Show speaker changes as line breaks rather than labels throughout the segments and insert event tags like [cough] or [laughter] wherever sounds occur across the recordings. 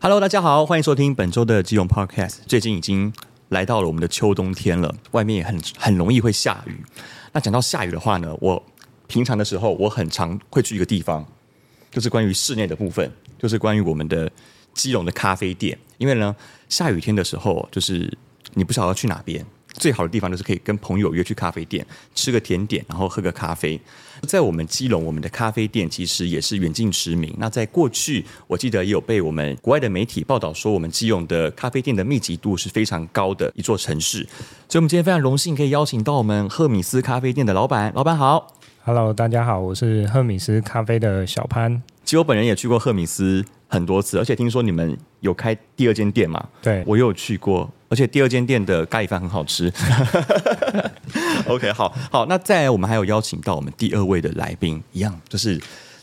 Hello，大家好，欢迎收听本周的基隆 Podcast。最近已经来到了我们的秋冬天了，外面也很很容易会下雨。那讲到下雨的话呢，我平常的时候我很常会去一个地方，就是关于室内的部分，就是关于我们的基隆的咖啡店。因为呢，下雨天的时候，就是你不晓得要去哪边，最好的地方就是可以跟朋友约去咖啡店吃个甜点，然后喝个咖啡。在我们基隆，我们的咖啡店其实也是远近驰名。那在过去，我记得也有被我们国外的媒体报道说，我们基隆的咖啡店的密集度是非常高的一座城市。所以，我们今天非常荣幸可以邀请到我们赫米斯咖啡店的老板，老板好。
Hello，大家好，我是赫米斯咖啡的小潘。
其实我本人也去过赫米斯很多次，而且听说你们有开第二间店嘛？
对
我也有去过，而且第二间店的咖喱饭很好吃。OK，好好，那再来我们还有邀请到我们第二位的来宾，一样就是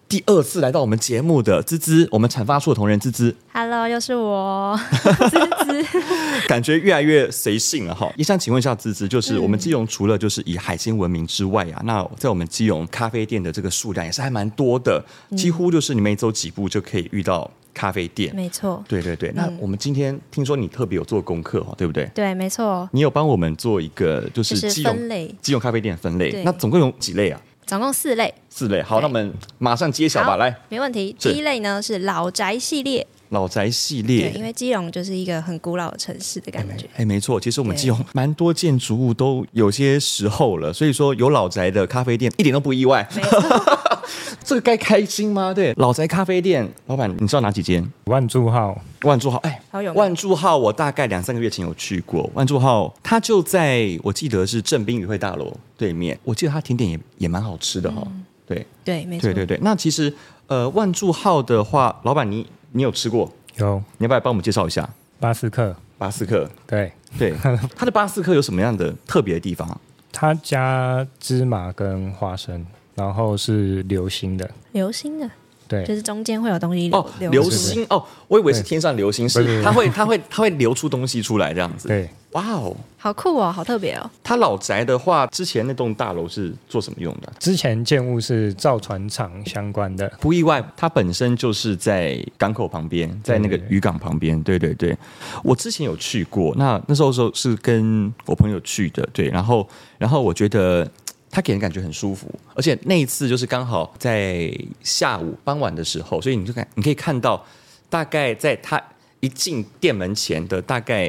第二次来到我们节目的芝芝，我们产发处的同仁芝芝，
Hello，又是我，芝芝。
感觉越来越随性了哈。也想请问一下芝芝，就是我们基隆除了就是以海鲜闻名之外啊，那在我们基隆咖啡店的这个数量也是还蛮多的，几乎就是你每走几步就可以遇到咖啡店。
没错，
对对对，那我们今天听说你特别有做功课哦，对不对？
对，没错，
你有帮我们做一个就是
就是
基隆
分类
基隆咖啡店的分类，
对
那总共有几类啊？
总共四类。
四类。好，
对
那我们马上揭晓吧。
好
来，
没问题。
是
第一类呢是老宅系列，
老宅系
对，因
列。
为基隆就是一个很古老的城市的感觉。
哎，没错，其实我们
对
基隆蛮多建筑物都有些时候了，所以说有老宅的咖啡店一点都不意外。
没错，
[laughs] 这个该开心吗？对，老宅咖啡店老板，你知道哪几间？
万祝号，
万柱号，哎
好有，名
万柱号，我大概两三个月前有去过。万柱号，它就在我记得是正滨与会大楼对面。我记得它甜点也也蛮好吃的哈、对，
对，嗯没错
对，对对。那其实呃，万柱号的话，老板你你有吃过？
有
你要不要帮我们介绍一下
巴斯克，
巴斯克？
对，
对，它的巴斯克有什么样的特别的地方？啊
它加芝麻跟花生，然后是流心的，
流星的，
对，
就是中间会有东西
哦，流
出
星哦，我以为是天上流星，
不是不
是
是
它会它会它会流出东西出来这样子。，
对，
哇哦，
好酷哦，好特别哦。
它老宅的话，之前那栋大楼是做什么用的啊？
之前建物是造船厂相关的，
不意外，它本身就是在港口旁边，在那个
对
渔港旁边。对对对，我之前有去过，那那时候时候是跟我朋友去的，对，然后然后我觉得。它给人感觉很舒服，而且那一次就是刚好在下午傍晚的时候，所以你就看你可以看到，大概在它一进店门前的大概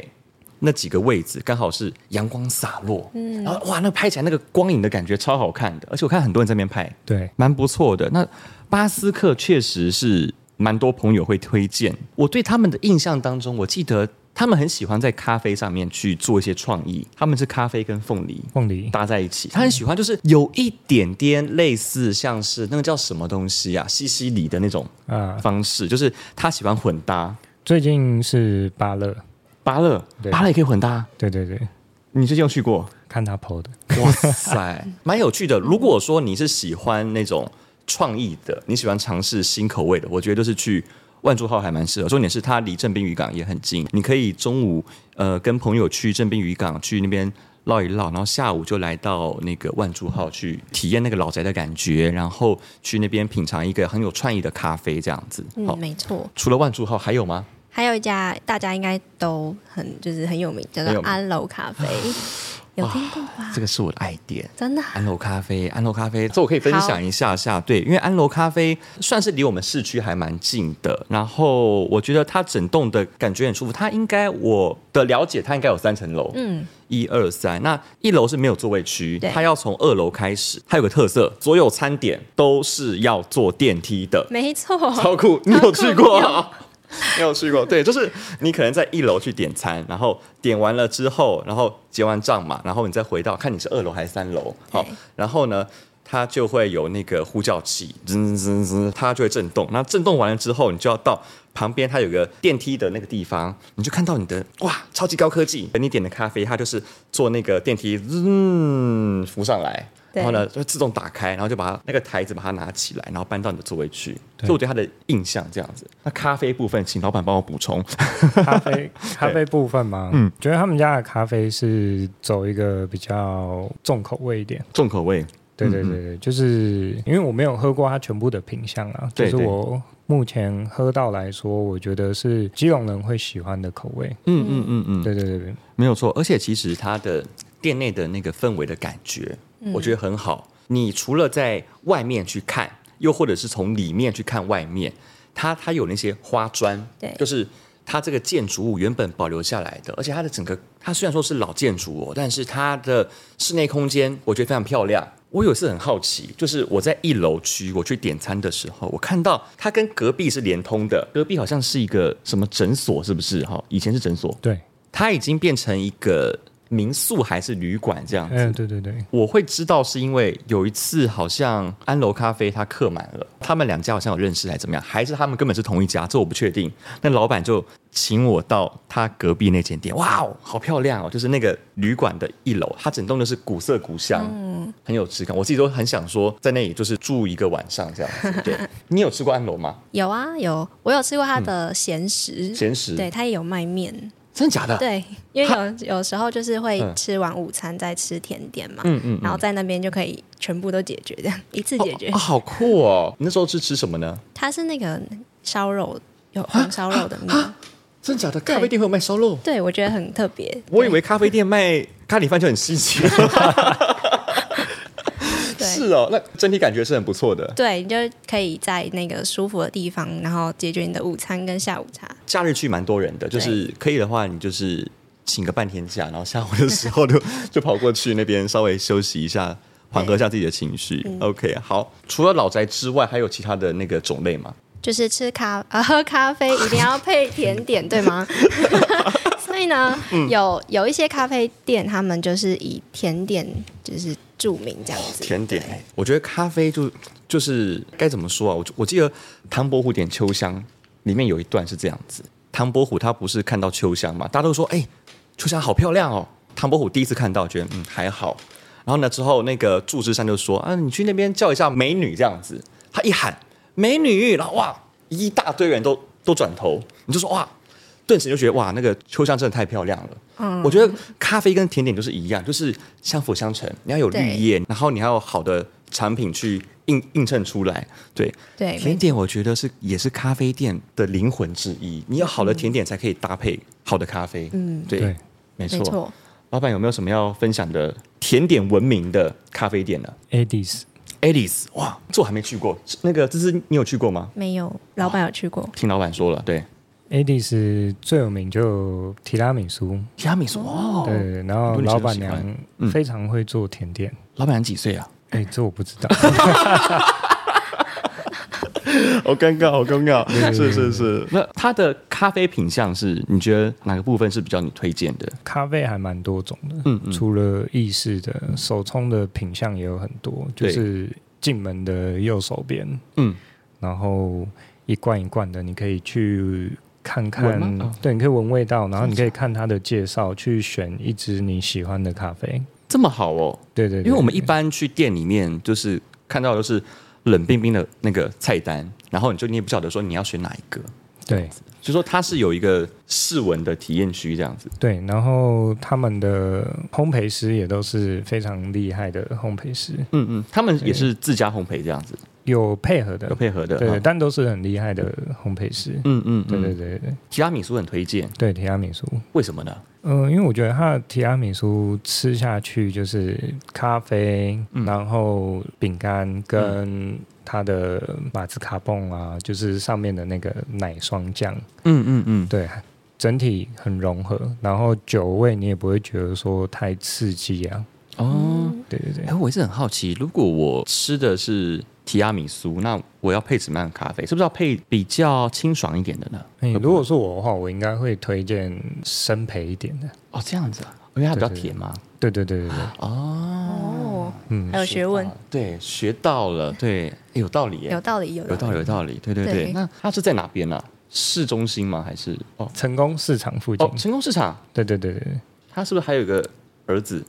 那几个位置，刚好是阳光洒落，嗯，然后哇，那拍起来那个光影的感觉超好看的，而且我看很多人在那边拍，
对，
蛮不错的。那巴斯克确实是蛮多朋友会推荐。我对他们的印象当中，我记得他们很喜欢在咖啡上面去做一些创意，他们是咖啡跟凤梨。
凤梨，
搭在一起，他很喜欢，就是有一点点类似，像是那个叫什么东西啊，西西里的那种
啊
方式，就是他喜欢混搭，
最近是芭乐，
芭乐，
对
芭乐也可以混搭。
对对对，
你最近有去过？
看他 PO 的，
[laughs] 哇塞，蛮有趣的。如果说你是喜欢那种创意的，你喜欢尝试新口味的，我觉得就是去万株号还蛮适合。重点是它离正滨渔港也很近，你可以中午呃跟朋友去正滨渔港去那边。唠一唠，然后下午就来到那个万株号去体验那个老宅的感觉，然后去那边品尝一个很有创意的咖啡，这样子。好，
嗯，没错。
除了万株号还有吗？
还有一家大家应该都很就是很有名，叫
很有
做
名啊
安楼咖啡，有听过吧？
这个是我的爱店。
真的啊，
安楼咖啡，安楼咖啡，这我可以分享一下下。对，因为安楼咖啡算是离我们市区还蛮近的，然后我觉得它整栋的感觉很舒服。它应该我的了解，它应该有三层楼，
嗯，
一二三。那一楼是没有座位区，
对
它要从二楼开始。它有个特色，所有餐点都是要坐电梯的，
没错，
超酷！你有去过
有
啊？你有去过？对，就是你可能在一楼去点餐，然后点完了之后，然后结完账嘛，然后你再回到看你是二楼还是三楼，好
对，
然后呢，它就会有那个呼叫器，滋滋滋，它就会震动。那震动完了之后，你就要到旁边它有个电梯的那个地方，你就看到你的哇，超级高科技，你点的咖啡，它就是坐那个电梯，嗯，浮上来。
对
然后呢，就自动打开，然后就把它那个台子把它拿起来，然后搬到你的座位去。所以我对它的印象这样子。那咖啡部分，请老板帮我补充。
咖啡咖啡部分嘛，嗯，觉得他们家的咖啡是走一个比较重口味一点，
重口味，
对对对对，就是因为我没有喝过它全部的品相啊，就
对
是
对
我目前喝到来说，我觉得是基隆人会喜欢的口味。
嗯嗯嗯嗯，
对对对对，
没有错，而且其实它的店内的那个氛围的感觉，我觉得很好。你除了在外面去看，又或者是从里面去看外面，它它有那些花砖，
对
就是它这个建筑物原本保留下来的，而且它的整个，它虽然说是老建筑哦，但是它的室内空间我觉得非常漂亮。我有一次很好奇，就是我在一楼区我去点餐的时候，我看到它跟隔壁是连通的，隔壁好像是一个什么诊所，是不是？哈，以前是诊所，
对，
它已经变成一个民宿还是旅馆这样子。
嗯，对对对，
我会知道是因为有一次好像安楼咖啡它客满了，他们两家好像有认识还是怎么样，还是他们根本是同一家，这我不确定。那老板就请我到他隔壁那间店，哇哦，好漂亮哦！就是那个旅馆的一楼，它整栋都是古色古香，很有质感。我自己都很想说在那里就是住一个晚上这样子。对，你有吃过安楼
[laughs]
吗？
有啊有，我有吃过它的咸食，
嗯咸食
对，它也有卖面，
真的假的？
对，因为有有时候就是会
嗯
吃完午餐再吃甜点嘛，嗯嗯，然后在那边就可以全部都解决，这样一次解决
哦。好酷哦！你那时候是吃什么呢？
它是那个烧肉，有
啊
红烧肉的面，
真的假的？
对
咖啡店会有卖烧肉？
对我觉得很特别。
我以为咖啡店卖咖喱饭就很稀 [laughs] 奇，
对
是哦，那整体感觉是很不错的。
对，你就可以在那个舒服的地方，然后解决你的午餐跟下午茶。
假日去蛮多人的，就是可以的话，你就是请个半天假，然后下午的时候 [laughs] 就就跑过去那边稍微休息一下，缓和一下自己的情绪。OK，好，除了老宅之外，还有其他的那个种类吗？
就是吃咖呃喝咖啡一定要配甜
[laughs]
点，对吗？ [laughs] 所以呢，
嗯
有有一些咖啡店，他们就是以甜点就是著名这样子。
甜点，我觉得咖啡就就是该怎么说啊？我我记得唐伯虎点秋香里面有一段是这样子，唐伯虎他不是看到秋香嘛，大家都说哎、秋香好漂亮哦。唐伯虎第一次看到，觉得嗯还好。然后呢之后那个祝枝山就说啊，你去那边叫一下美女这样子。他一喊美女，然后哇一大堆人都都转头，你就说哇。顿时就觉得哇，那个秋香真的太漂亮了。嗯，我觉得咖啡跟甜点就是一样，就是相辅相成。你要有绿
对
叶，然后你还要有好的产品去映映衬出来。对，
对
甜点我觉得是也是咖啡店的灵魂之一。你有好的甜点，才可以搭配好的咖啡。嗯，对，
对
没
没错。
错，
老板有没有什么要分享的甜点闻名的咖啡店呢
Adis，
？Alice，哇，这我还没去过。那个芝芝，你有去过吗？
没有老板有去过，
听老板说了，对。
Adis 最有名就提拉米苏，
提拉米苏，哦，
对对，对然后
很多女生
老
都
板
喜欢嗯
娘非常会做甜点。
老板娘几岁啊？
哎，这我不知道，
好尴尬，好尴尬，是是是。那它的咖啡品相是，你觉得哪个部分是比较你推荐的？
咖啡还蛮多种的，
嗯
除了意式的，手冲的品相也有很多，就
对
是进门的右手边，
嗯，
然后一罐一罐的，你可以去看
闻
看
吗哦，
对，你可以闻味道，然后你可以看它的介绍，去选一支你喜欢的咖啡。
这么好哦，
对对，对
因为我们一般去店里面就是看到的都是冷冰冰的那个菜单，然后你就你也不晓得说你要选哪一个，
对
就说它是有一个试闻的体验区这样子。
对，然后他们的烘焙师也都是非常厉害的烘焙师，
嗯嗯，他们也是自家烘焙这样子，
有配合的
有，配合的。
对，
嗯
但都是很厉害的烘焙师。
嗯嗯，
对对
嗯，
对对
提拉米苏很推荐，
对，提拉米苏。
为什么呢？
嗯、因为我觉得它的提拉米苏吃下去就是咖啡，
嗯
然后饼干跟它的马斯卡蹦啊，就是上面的那个奶霜酱，
嗯嗯嗯，
对，整体很融合，然后酒味你也不会觉得说太刺激啊。
哦，
嗯
对对对
哎、，我一直很好奇，如果我吃的是提拉米苏，那我要配什么样的咖啡？是不是要配比较清爽一点的呢？
哎、
会呃不
如果是我的话，我应该会推荐生培一点的。
会哦，这样子啊，因为它比较
对对
甜嘛。
对对对对对，
哦，
哦，
嗯
还有学问
啊，对，学到了，对，哎有道理耶
有，道理，有
有道理，有道理，对对嗯对。
对
那它是在哪边呢、啊？市中心吗？还是哦
成功市场附近，
哦，成功市场？
对对对对对，
他是不是还有一个儿子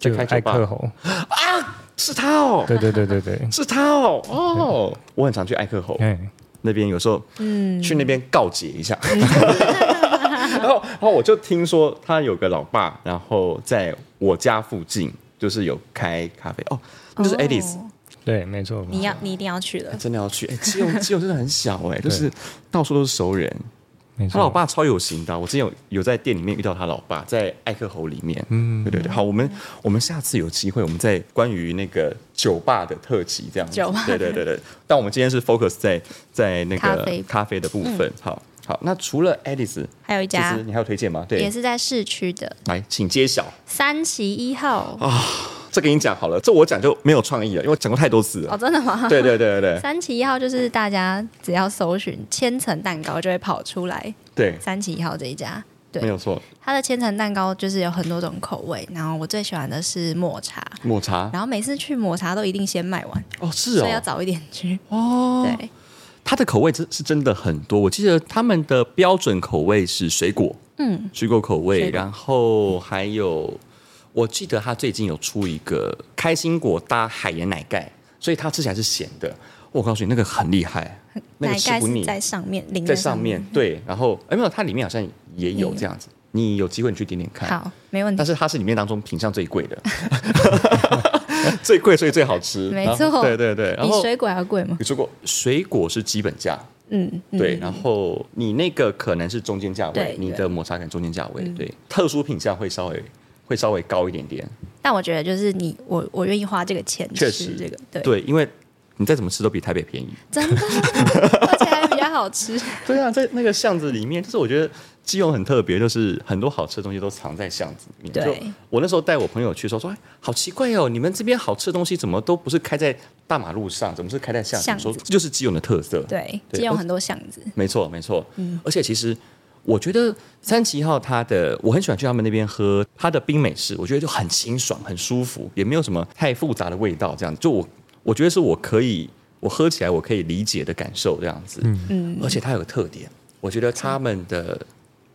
在
就
开酒
艾克
吧？
侯，
是他哦，
对对对
[laughs]
对对，
是他哦，哦，我很常去艾克侯
哎、
那边，有时候去那边告解一下。 [laughs] 然后，然后我就听说他有个老爸，然后在我家附近就是有开咖啡哦，那就是 Alice，、
哦
对，没错。
你要你一定要去的，
真的要去。哎、基 [laughs] 隆基隆真的很小哎、就是到处都是熟人。
没
他
错，
老爸超有型的啊、我之前有有在店里面遇到他老爸，在艾克侯里面。嗯，对对对，好，我们我们下次有机会，我们再关于那个酒吧的特辑这样子。
酒吧
对对对对。但我们今天是 focus 在在那
咖
个
啡嗯
咖啡的部分。好好，那除了 Alice，
还有一
其
家
实你还有推荐吗？对
也，是在市区的
来，请揭晓。
三旗一号
哦这给你讲好了，这我讲就没有创意了，因为我讲过太多次了。
哦，真的吗？
对对
[laughs]
对对对
三旗一号就是大家只要搜寻千层蛋糕就会跑出来
对，
三旗一号这一家。对
没有错。
它的千层蛋糕就是有很多种口味，然后我最喜欢的是抹茶，
抹茶
然后每次去抹茶都一定先卖完，
哦，是
所以要
哦，
早一点去。
哦，
对，
它的口味真是真的很多。我记得他们的标准口味是水果，
嗯，
水果口味，
水果
然后还有，我记得他最近有出一个开心果搭海盐奶盖，所以它吃起来是咸的。我告诉你，那个很厉害，那
奶
个吃
盖
不
是
腻，
在上面，淋
在上
上
面。
嗯
对，然后哎没有，它里面好像也有这样子，你有机会你去点点看。
好，嗯没问题
但。是它是里面当中品相最贵
[laughs]
的，最贵所以最好吃，
没
然后
错
对对对。然
比
后
水果还要贵吗
你？说过水果是基本价，
嗯，嗯
对，然后你那个可能是中间价位
对，嗯
你的抹茶可能中间价位，对，特殊品相会稍微会稍微高一点点，
但我觉得就是你我我愿意花这个钱
确
吃
实
这个，对，
对，因为你再怎么吃都比台北便宜。
真的，而且还比较好吃。
对啊，在那个巷子里面，就是我觉得基隆很特别，就是很多好吃的东西都藏在巷子里面。
对
就我那时候带我朋友去的时候说，哎，好奇怪哦，你们这边好吃的东西怎么都不是开在大马路上，怎么是开在巷子？
巷
我说
子
这就是基隆的特色。
对，
对
基隆很多巷子，
没错，没错。而且其实我觉得三七号它的，我很喜欢去他们那边喝它的冰美式，我觉得就很清爽、很舒服，也没有什么太复杂的味道。这样，就我我觉得是我可以，我喝起来我可以理解的感受这样子。
嗯，
而且它有个特点，我觉得他们的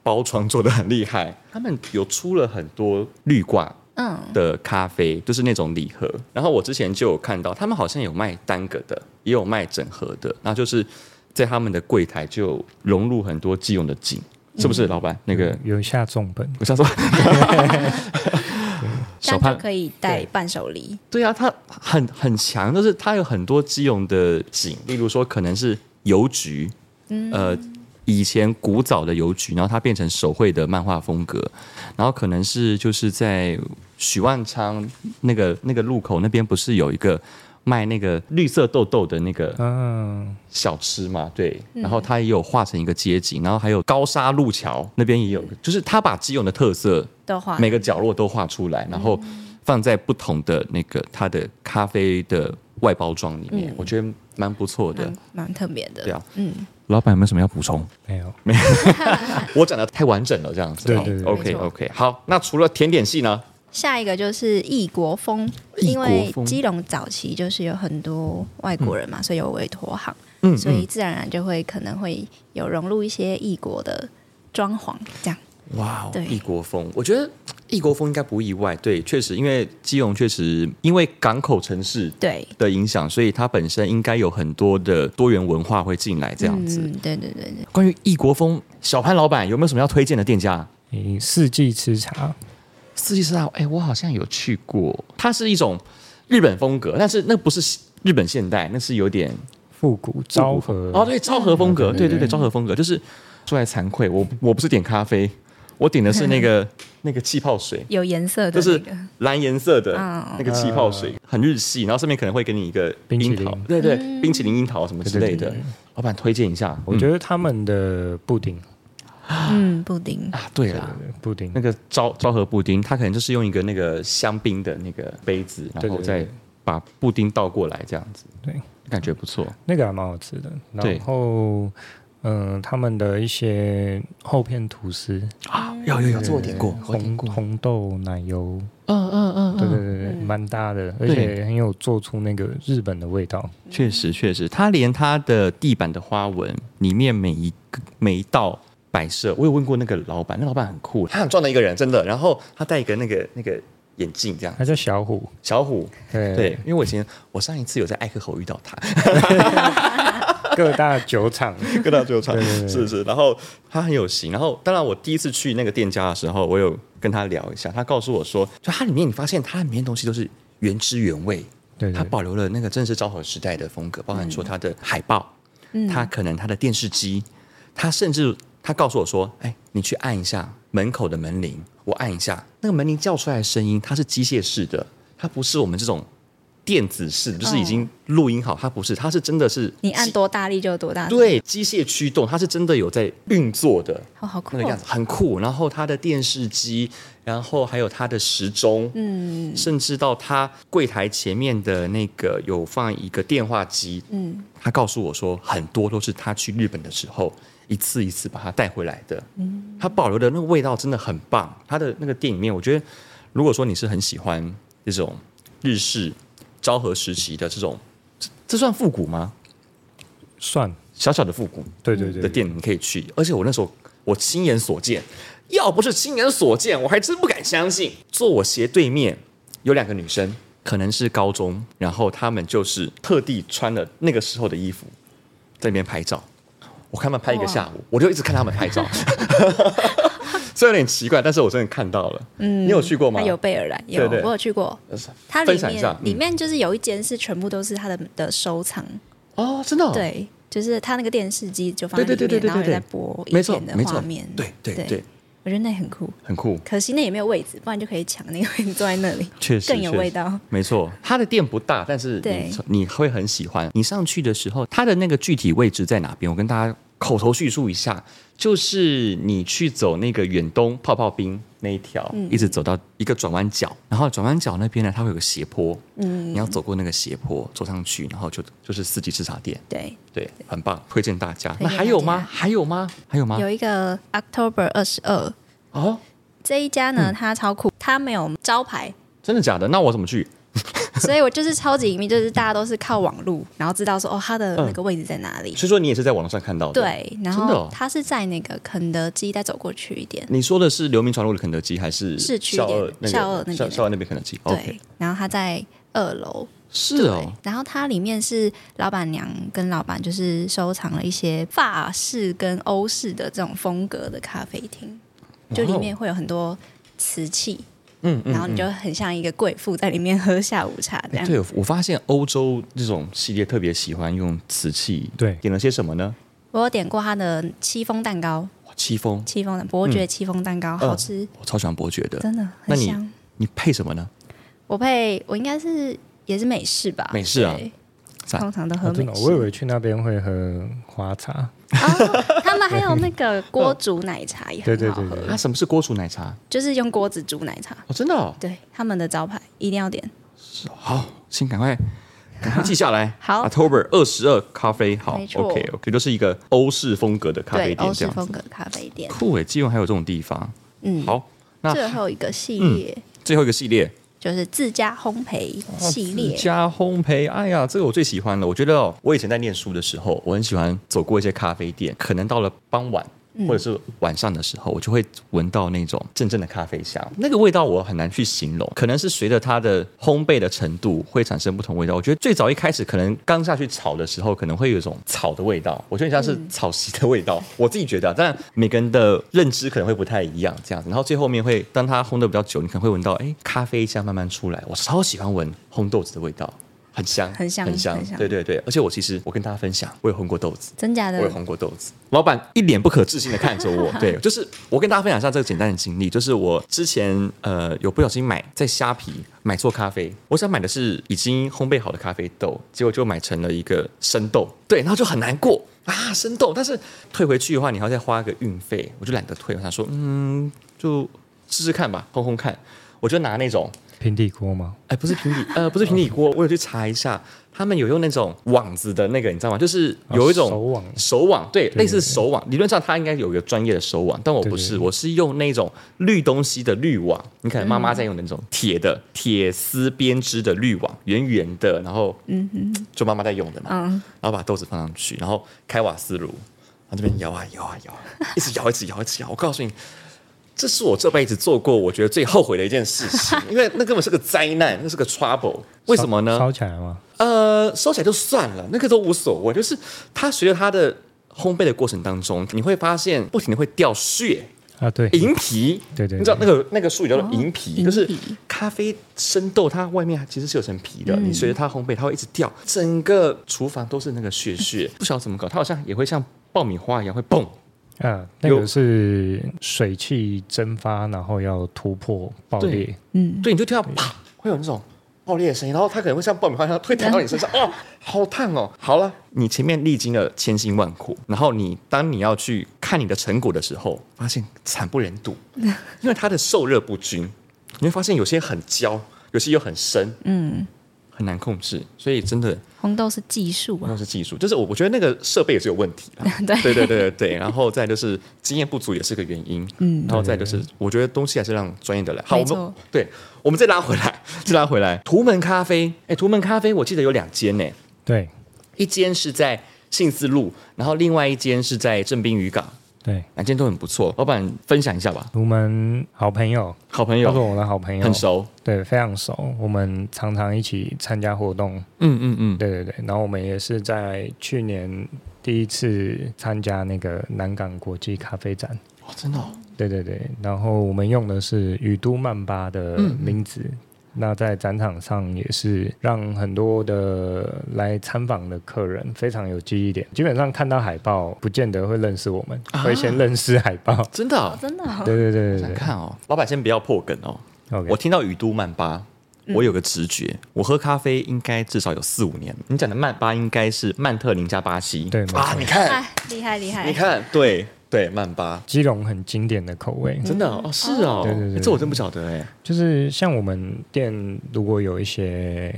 包装做的很厉害，他们有出了很多绿挂。
嗯
的咖啡就是那种礼盒，然后我之前就有看到，他们好像有卖单个的，也有卖整盒的，那就是在他们的柜台就融入很多既用的景，是不是，老板？那个
有下重本，
我想说， [laughs] 手
这样
帕
就可以带
对
伴手礼，
对啊，它很很强，就是它有很多基隆的景，例如说可能是邮局，呃，以前古早的邮局，然后它变成手绘的漫画风格，然后可能是就是在许万昌那个那个路口那边不是有一个。卖那个绿色豆豆的那个
嗯，
小吃嘛，对，然后它也有画成一个街景，然后还有高沙路桥那边也有，就是它把基隆的特色
的话，
每个角落都画出
嗯
来，然后放在不同的那个它的咖啡的外包装里面，我觉得蛮不错的
嗯蛮。嗯蛮特别的，
对啊，
嗯，
老板有没有什么要补充？
没有，
我讲的太完整了，这样子。
对对对
哦 OK
没错
OK，好，那除了甜点系呢？
下一个就是异国风，
异
因
国
为
风
基隆早期就是有很多外国人嘛，所以有委托行，
嗯
所以自然而然就会可能会有融入一些异国的装潢，这样
哇哦
对
异国风，我觉得异国风应该不意外。对，确实，因为基隆确实因为港口城市
对，
的影响，所以它本身应该有很多的多元文化会进来这样子。
嗯，对对对对，
关于异国风，小潘老板有没有什么要推荐的店家？
你四季吃茶，
四季之道，哎，我好像有去过，它是一种日本风格，但是那不是日本现代，那是有点
复古昭和，
哦，对，昭和风格，
嗯
对对对，昭和风格，就是说来惭愧，我我不是点咖啡，我点的是那 [laughs] 个那个气泡水，
有颜色的、
就
那个，
是蓝颜色的
嗯
那个气泡水，很日系，然后上面可能会给你一个
冰淇
樱
淋
桃，对对，冰淇淋樱桃什么之类
对
的
对对，
老板推荐一下，
我觉得他们的布丁，
嗯，布丁
嗯。啊，对啦。
对布丁
那个昭昭和布丁，它可能就是用一个那个香槟的那个杯子，然
对对
后
对
再把布丁倒过来这样子，
对，
感觉不错。
那个还蛮好吃的。
对
然后，嗯、他们的一些厚片吐司，
啊有有有，这我
对
点过，我点
红
过。
红豆奶油，
嗯嗯嗯
对对对对，蛮搭的，而且很有做出那个日本的味道。
确实确实，它连它的地板的花纹里面每一个每一道摆设，我有问过那个老板，那老板很酷，他很壮的一个人，真的。然后他戴一个那个那个眼镜，这样
它叫小虎，
小虎。
对，
对，因为我以前我上一次有在艾克侯遇到他，
各大
[laughs]
酒厂，
跟他最后唱
对对，对
是是。然后他很有型。然后当然，我第一次去那个店家的时候，我有跟他聊一下，他告诉我说，就它里面你发现它里面的东西都是原汁原味，
对对
它保留了那个正式昭和时代的风格，包含说它的海报，
嗯
它可能它的电视机，它甚至他告诉我说，哎，你去按一下门口的门铃，我按一下，那个门铃叫出来的声音，它是机械式的，它不是我们这种。电子式的就是已经录音好，它不是，它是真的是
你按多大力就有多大力，
啊对，机械驱动，它是真的有在运作的，
哦，好酷
那个样
哦
子，很酷。然后它的电视机，然后还有它的时钟，嗯，甚至到它柜台前面的那个有放一个电话机，嗯，他告诉我说，很多都是他去日本的时候一次一次把它带回来的，嗯，它保留的那个味道真的很棒。它的那个店里面，我觉得如果说你是很喜欢这种日式昭和时期的这种，这这算复古吗？
算，
小小的复古，
对对对
的店你可以去。而且我那时候我亲眼所见，要不是亲眼所见，我还真不敢相信。坐我斜对面有两个女生，可能是高中，然后她们就是特地穿了那个时候的衣服，在那边拍照。我看他们拍一个下午，我就一直看他们拍
[laughs]
照， [laughs] 虽然有点奇怪，但是我真的看到了。嗯，你有去过吗？
它有备而来，有
对对呃
我有去过，它
分
里
享一
面、
下
里
嗯
面就是有一间是全部都是它的的收藏，
哦，真的哦、
对，就是它那个电视机就放在里面，
对对对对对
然后有
对
在播以
没错
前的
没错
画面，
对对
对
对，
我觉得那很酷。
很酷。
可惜那也没有位置，不然就可以抢那个位置坐在那里，
[laughs] 确实
更有
确实
味道。
没错，它的店不大，但是
对
你你会很喜欢。你上去的时候，它的那个具体位置在哪边？我跟大家口头叙述一下，就是你去走那个远东泡泡冰那一条，
嗯
一直走到一个转弯角，然后转弯角那边呢，它会有个斜坡，嗯，你要走过那个斜坡，走上去，然后就就是四季吃茶店，
对，
对，很棒，推荐大家。
荐
那
大家
还有吗？还有吗？还有吗？
有一个 October 二十二
哦，
这一家
嗯
呢，它超酷，它没有招牌，
真的假的？那我怎么去？
所以我就是超级隐秘，就是大家都是靠网路，然后知道说哦，它
嗯
的那个位置在哪里。
所以说你也是在网络上看到的，。
对，然
真的
后
哦
它是在那个肯德基再走过去一点，
你说的是流民传路的肯德基，还是
市区一
校
点
二那个
校二那边
校校二那边肯德基？OK，
对，然后它在二楼，
是哦
对，然后它里面是老板娘跟老板就是收藏了一些法式跟欧式的这种风格的咖啡厅，就里面会有很多瓷器，
哦嗯嗯
然后你就很像一个贵妇在里面喝下午茶这样。
哎对，我发现欧洲这种系列特别喜欢用瓷器，
对
点了些什么呢？
我有点过它的戚风蛋糕，
哇戚风，
戚风的伯爵戚风蛋糕、好吃
嗯，，我超喜欢伯爵的，
真的
那
很
你
香。
你配什么呢？
我配我应该是也是美式吧，
美式啊
对
赞
通常都喝
哦
美
真的，
式。
我以为去那边会喝花茶，
[laughs] 他们还有那个
[laughs]
锅煮奶茶也很 [laughs]
对对
好喝，
对对
啊，什么是锅煮奶茶？
就是用锅子煮奶茶。
哦，真的哦，
对，他们的招牌一定要点。
好，请赶快赶快记下来。
[laughs] 好
，October 二十二咖啡，好
没错
，OK，OK，这就是一个欧式风格的咖啡
对，
店，
欧
这
式
样
风
子
格咖啡店。
酷诶，基隆还有这种地方。
嗯，
好，那嗯
最后一个系列、
最后一个系列。
就是自家烘焙系列。
加啊烘焙，哎呀，这个我最喜欢了。我觉得哦我以前在念书的时候，我很喜欢走过一些咖啡店，可能到了傍晚。
嗯
或者是晚上的时候，我就会闻到那种阵阵的咖啡香，那个味道我很难去形容，可能是随着它的烘焙的程度会产生不同味道。我觉得最早一开始可能刚下去炒的时候，可能会有一种草的味道，我觉得很像
嗯
是草席的味道，我自己觉得啊、但每个人的认知可能会不太一样，这样子。然后最后面会，当它烘的比较久，你可能会闻到哎咖啡香慢慢出来，我超喜欢闻烘豆子的味道。很香，
很香
很香，
很香
对对对，而且我其实我跟大家分享，我有烘过豆子，
真假
我有
的？
红过豆子。老板一脸不可置信的看着我，对，就是我跟大家分享一下这个简单的经历，就是我之前呃有不小心买在虾皮买错咖啡，我想买的是已经烘焙好的咖啡豆，结果就买成了一个生豆，对，然后就很难过啊生豆，但是退回去的话你还要再花个运费，我就懒得退，我想说嗯就试试看吧，烘烘看，我就拿那种
平底锅吗？
哎，不是平底，呃，不是平底锅，我有去查一下，他们有用那种网子的那个，你知道吗？就是有一种
啊手网
手网对，类似手网。理论上它应该有一个专业的手网，但我不
对
是，
对对
我是用那种绿东西的滤网，你可能妈妈在用的那种铁的铁丝编织的滤网，圆圆的，然后嗯就妈妈在用的嘛，然后把豆子放上去，然后开瓦斯炉，然后这边摇啊摇啊摇啊，一直摇一直摇一直摇，我告诉你。这是我这辈子做过我觉得最后悔的一件事
[laughs]
情，因为那根本是个灾难，那是个 trouble。为什么呢？
烧起来吗？
呃，收起来就算了，那个都无所谓。就是它随着它的烘焙的过程当中，你会发现不停的会掉屑，
啊，对，
银皮，
对对对
你知道那个那个术语叫做银皮，
哦
就是
银皮
咖啡生豆，它外面其实是有层皮
嗯
的，你随着它烘焙，它会一直掉，整个厨房都是那个屑屑，
[laughs]
不晓得怎么搞，它好像也会像爆米花一样会蹦，
啊，那
有
个是水汽蒸发，然后要突破爆裂
对，对，你就听到啪，会有那种爆裂的声音，然后它可能会像爆米花一样会弹到你身上，哦， [laughs] 好烫哦。好了，你前面历经了千辛万苦，然后你当你要去看你的成果的时候，发现惨不忍睹，因为它的受热不均，你会发现有些很焦，有些又很深，嗯，很难控制，所以真的
红豆是技术啊
那，是技术，就是我我觉得那个设备也是有问题啦。
[laughs] 对
对对对对对，然后再就是经验不足也是个原因，嗯，然后再就是我觉得东西还是让专业的来。好，我
没错
们对，我们再拉回来，再拉回来。图门咖啡，哎，图门咖啡我记得有两间呢，
对
一间是在信思路，然后另外一间是在正滨渔港，
对。
两间都很不错。老板分享一下吧，
我们好朋友，
好朋
他是
友
我的好朋友，
很，熟，
对，非常熟。我们常常一起参加活动，
嗯嗯嗯，
对对对。然后我们也是在去年第一次参加那个南港国际咖啡展，
哦，真的哦，
对对对，然后我们用的是雨都曼巴的名字。那在展场上也是让很多的来参访的客人非常有记忆点。基本上看到海报，不见得会认识我们，会先认识海报。
真的哦，
真的哦、
对对对对
想
对
看哦。老板先不要破梗哦，
，OK，
我听到雨都曼巴，
嗯
我有个直觉，我喝咖啡应该至少有四五年。你讲的曼巴应该是曼特宁加巴西，
对没错
啊，你看，
哎，厉害厉害，
你看，对对，曼巴
基隆很经典的口味，
真的
嗯
哦，哦是哦，
对对对
欸这我真不晓得哎，
就是像我们店如果有一些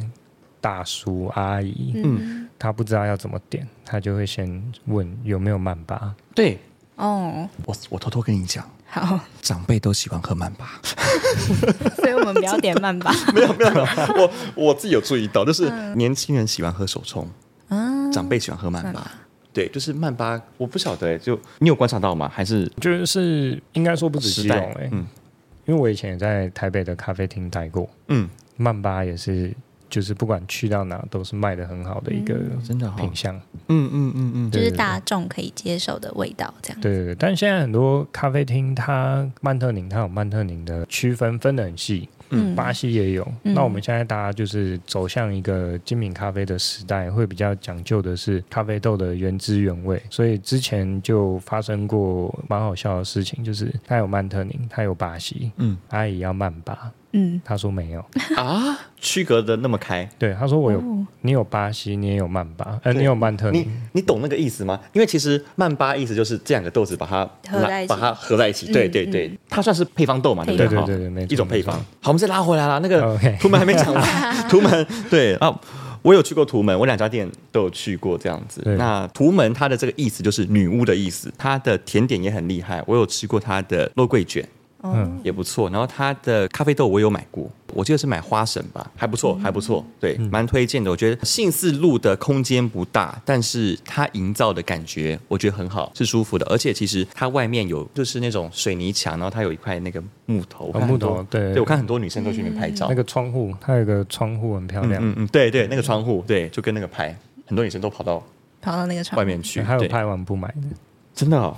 大叔阿姨，
嗯
他不知道要怎么点，他就会先问有没有曼巴。
对
哦，
我我偷偷跟你讲，
好， [laughs]
长辈都喜欢喝曼巴，
所以我们不要点慢吧。
[laughs] 没有没有，没有我我自己有注意到，就是年轻人喜欢喝手冲，
嗯，
长辈喜欢喝曼巴。
啊
对，就是曼巴，我不晓得哎，就你有观察到吗？还是
就是应该说不止
时
基
代
隆哎、欸
嗯
因为我以前也在台北的咖啡厅待过，
嗯，
曼巴也是，就是不管去到哪都是卖的很好的一个
真的哦
品相。
嗯嗯嗯嗯，
就是
对
大众可以接受的味道，这样。
对对对，但现在很多咖啡厅它曼特宁它有曼特宁的区分分得很细，
嗯
巴西也有。
嗯
那我们现在大家就是走向一个精品咖啡的时代，会比较讲究的是咖啡豆的原汁原味。所以之前就发生过蛮好笑的事情，就是它有曼特宁，它有巴西，
嗯
阿姨要曼巴，
嗯，
她说没有，
啊，区隔的那么开，
对，她说我有，
哦
你有巴西，你也有曼巴，呃，
对
你有曼特
你
宁，
你懂那个意思吗？因为其实曼巴意思就是这两个豆子把它
合
拉
在一起嗯
把它合在一起。对对对，它算是配方豆嘛，对
配
不对？
对对
哈
对对，没错
一种配方
没错。
好，我们再拉回来啦。那个
OK
图门还没讲
[laughs]
完，图门对啊，我有去过图门，我两家店都有去过这样子
对。
那图门它的这个意思就是女巫的意思，它的甜点也很厉害，我有吃过它的肉桂卷。
哦
嗯
也不错。然后它的咖啡豆我有买过，我记得是买花神吧，还不错，还不错，对，蛮推荐的。我觉得信四路的空间不大，但是它营造的感觉我觉得很好，是舒服的。而且其实它外面有就是那种水泥墙，然后它有一块那个木头，我看很多
木头对
对我看很多女生都去里面拍照
那。个窗户，它有个窗户很漂亮，
嗯嗯，对对，那个窗户，对，就跟那个拍，很多女生都跑到
跑到那个床
外面去，
还有
对
拍完不买的。
真的哦，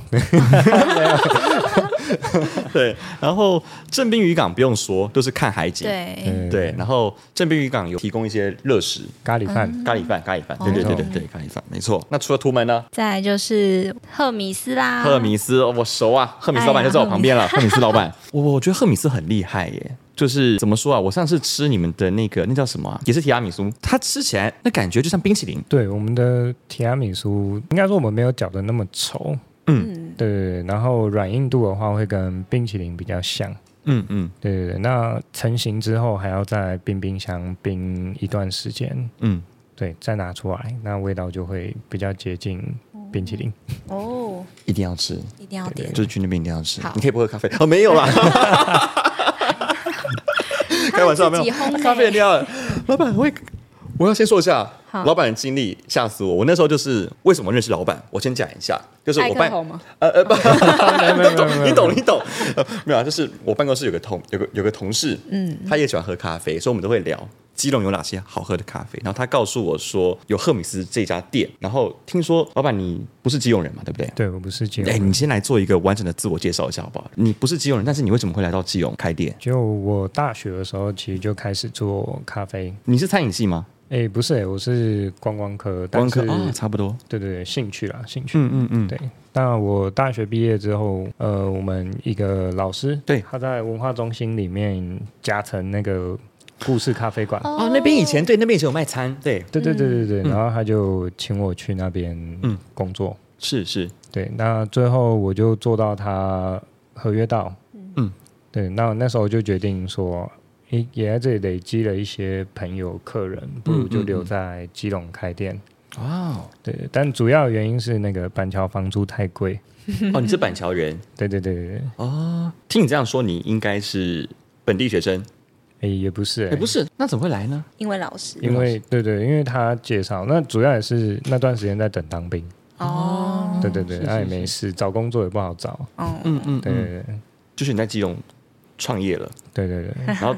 对，然后正滨渔港不用说，就是看海景，
对，
对，然后正滨渔港有提供一些热食，
咖喱饭，
咖喱饭，咖喱饭，对对对对对，咖喱饭，没错。那除了图门呢？
再来就是赫米斯啦，
赫米斯，哦我熟啊，赫米斯老板
哎呀
就在我旁边了。赫米斯老板， [laughs] 我我觉得赫米斯很厉害耶，就是怎么说啊？我上次吃你们的那个那叫什么啊？也是提拉米苏，它吃起来那感觉就像冰淇淋，
对，我们的提拉米苏应该说我们没有搅的那么稠，
嗯
对对对。然后软硬度的话会跟冰淇淋比较像，
嗯嗯
对对对。那成型之后还要再冰冰箱冰一段时间，
嗯，
对，再拿出来，那味道就会比较接近冰淇淋。
哦，
一定要吃，
一定要哦点
就。是去那边一定要吃
好。
你可以不喝咖啡哦，没有
[laughs]
啦。开玩笑没有
自己烘的，
咖啡料，老板会，我要先说一下
好
老板的经历，吓死我！我那时候就是为什么认识老板，我先讲一下，就是我办
艾克侯吗？
呃呃不，
没有没有没
[laughs]
有
你懂你懂，呃没有啊，就是我办公室有个同有个有个同事，嗯，他也喜欢喝咖啡，所以我们都会聊。基隆有哪些好喝的咖啡，然后他告诉我说有赫米斯这家店，然后听说老板你不是基隆人嘛，对不对？
对我不是基
哎、
隆
你先来做一个完整的自我介绍一下好不好？你不是基隆人，但是你为什么会来到基隆开店？
就我大学的时候，其实就开始做咖啡。
你是餐饮系吗？
哎、不是、哎，我是观光科，但
光
是
科啊，差不多。
对对对，兴趣啦，兴趣。
嗯嗯嗯，
对，那我大学毕业之后，呃，我们一个老师，
对
他在文化中心里面夹层那个故事咖啡馆，
哦，那边以前对，那边以前有卖餐，对，
对对对对对，然后他就请我去那边
嗯
工作，
是是，
对，那最后我就做到他合约到，
嗯，
对，那那时候就决定说。也也在这里累积了一些朋友、客人，不如就留在基隆开店。
哇哦，
对，但主要原因是那个板桥房租太贵。
哦，你是板桥人
对对对对对，
哦，听你这样说，你应该是本地学生，
哎、也不是、哎，
也不是，那怎么会来呢？
因为老师
因为对对，因为他介绍，那主要也是那段时间在等当兵，
哦
对对对，
是
那、也没事，找工作也不好找，
哦，
嗯嗯，
对对
就是你在基隆创业了，
对对对对
然后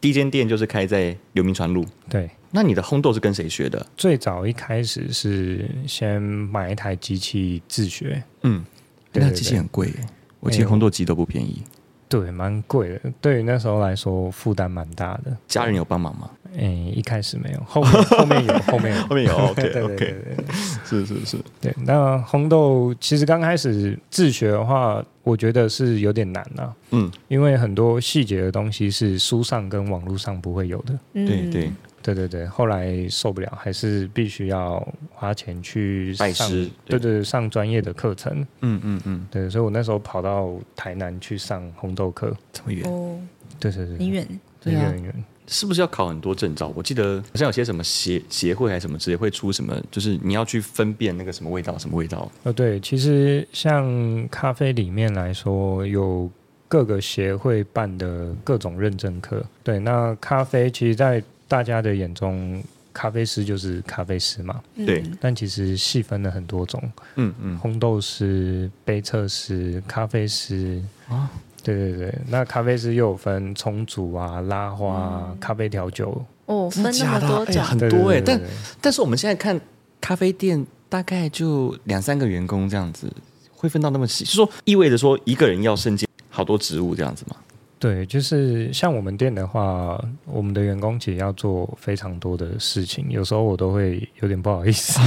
第一间店就是开在流民传路， [laughs]
对。
那你的烘豆是跟谁学的？
最早一开始是先买一台机器自学，
嗯，
对
那
对
机器
对
很贵耶，我记
哎
得
呦
烘豆机都不便宜。
对，蛮贵的，对于那时候来说负担蛮大的。
家人有帮忙吗？
哎、一开始没有，后面后
[laughs]
面有，后面有，
面
[laughs]
有
对对对对对。
是是是，
对，那红豆其实刚开始自学的话，我觉得是有点难啊，
嗯，
因为很多细节的东西是书上跟网络上不会有的。
嗯
对对，
对对对，后来受不了，还是必须要花钱去上
拜师
对
对
对对，上专业的课程。
嗯嗯嗯，
对，所以我那时候跑到台南去上红豆课。
这么远，
哦，
对对对，
很远，
很
对
远
啊，
很远。
是不是要考很多证照？我记得好像有些什么协协会还是什么之类，会出什么，就是你要去分辨那个什么味道，什么味道。
哦，对，其实像咖啡里面来说，有各个协会办的各种认证课。对，那咖啡其实，在大家的眼中，咖啡师就是咖啡师嘛，
嗯
对
但其实细分了很多种，
嗯嗯，
烘豆师、杯测师、咖啡师。
啊
对对对，那咖啡师又有分冲煮啊、拉花、啊、咖啡调酒，
哦，分那么多
哎呀嗯
种，
很
对
多哎、
对对
但
对对
但是我们现在看咖啡店，大概就两三个员工这样子，会分到那么细，是说意味着说一个人要身兼好多职务这样子吗？
对，就是像我们店的话，我们的员工其实要做非常多的事情，有时候我都会有点不好意思。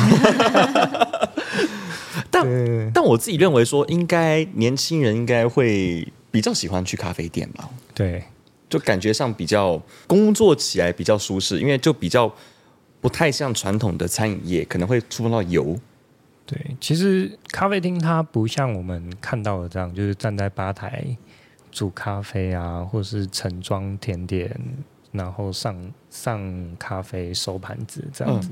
但
对
但我自己认为说，应该年轻人应该会比较喜欢去咖啡店吧，
对
就感觉上比较工作起来比较舒适，因为就比较不太像传统的餐饮业，可能会触碰到油。
对，其实咖啡厅它不像我们看到的这样，就是站在吧台煮咖啡啊，或是盛装甜点，然后上上咖啡收盘子这样子。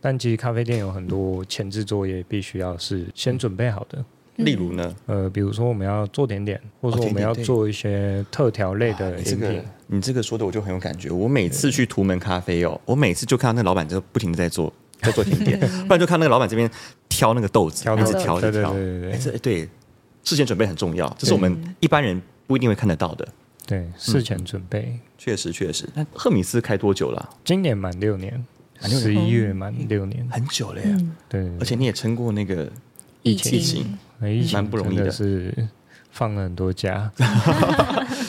但其实咖啡店有很多前置作业，必须要是先准备好的。
例如呢，
呃，比如说我们要做甜点，或者
哦
说我
甜
们
点
要
对
做一些特调类的
你这
饮品。
个你这个说的我就很有感觉。我每次去图门咖啡哦，我每次就看到那个老板就不停的在做在做甜点，不然就看那个老板这边挑那个豆子，
挑
一直
豆子
挑一直
对对
挑。
对对对
哎，这哎对，嗯事前准备很重要，这是我们一般人不一定会看得到的。嗯
对，事前准备。
确实确实。那赫米斯开多久了啊？
今年满六年，
满六哦
十一月满六年。
很久了耶，
对，
而且你也撑过那个
疫
疫情，
哎疫情
蛮不容易
真
的
的是放了很多假。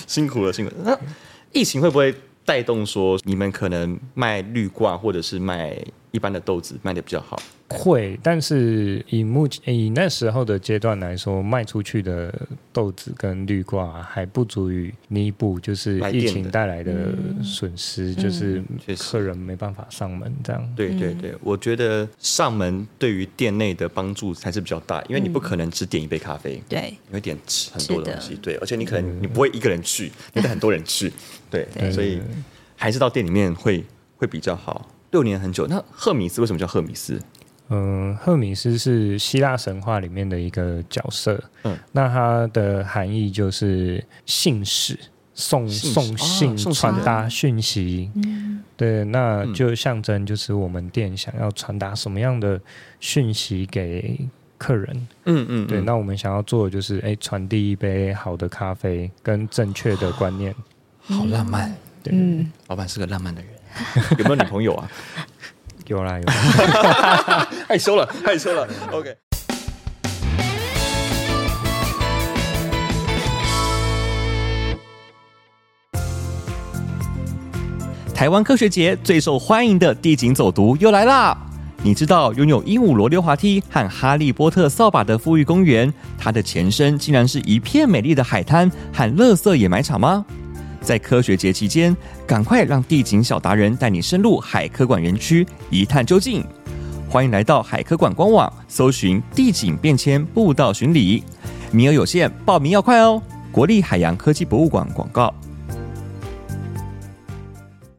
辛苦了，辛苦了。那疫情会不会带动说你们可能卖绿罐或者是卖一般的豆子卖的比较好？
会，但是以目前以那时候的阶段来说，卖出去的豆子跟绿挂、还不足以弥补，就是
来电
疫
的嗯
情带来的损失，就是
确实
客人没办法上门这样。
对对对，
嗯
我觉得上门对于店内的帮助才是比较大，因为你不可能只点一杯咖啡，
对
你会点吃很多
是的
东西，对，而且你可能你不会一个人去，你带很多人去，对，
[laughs] 对
所以还是到店里面会会比较好。六年很久，那赫米斯为什么叫赫米斯？
嗯，赫米斯是希腊神话里面的一个角色。
嗯
那它的含义就是信使，送
信使
送
哦送
信、
信嗯
传
人
达讯息。对，那就象征就是我们店想要传达什么样的讯息给客人。
嗯嗯，
对，
嗯
那我们想要做的
哦
就是，哎，传递一杯好的咖啡跟正确的观念。
好浪漫，
对，
嗯，
老板是个浪漫的人， [laughs] 有没有女朋友啊？
有啦有啦。
[laughs] 害羞了，害羞了。OK。台湾科学节最受欢迎的地景走读又来啦！你知道拥有鹦鹉螺溜滑梯和哈利波特扫把的富裕公园，它的前身竟然是一片美丽的海滩和乐色掩埋场吗？在科学节期间，赶快让地景小达人带你深入海科馆园区一探究竟。欢迎来到海科馆官网，搜寻地景变迁步道巡礼，名额有限，报名要快哦。国立海洋科技博物馆广告。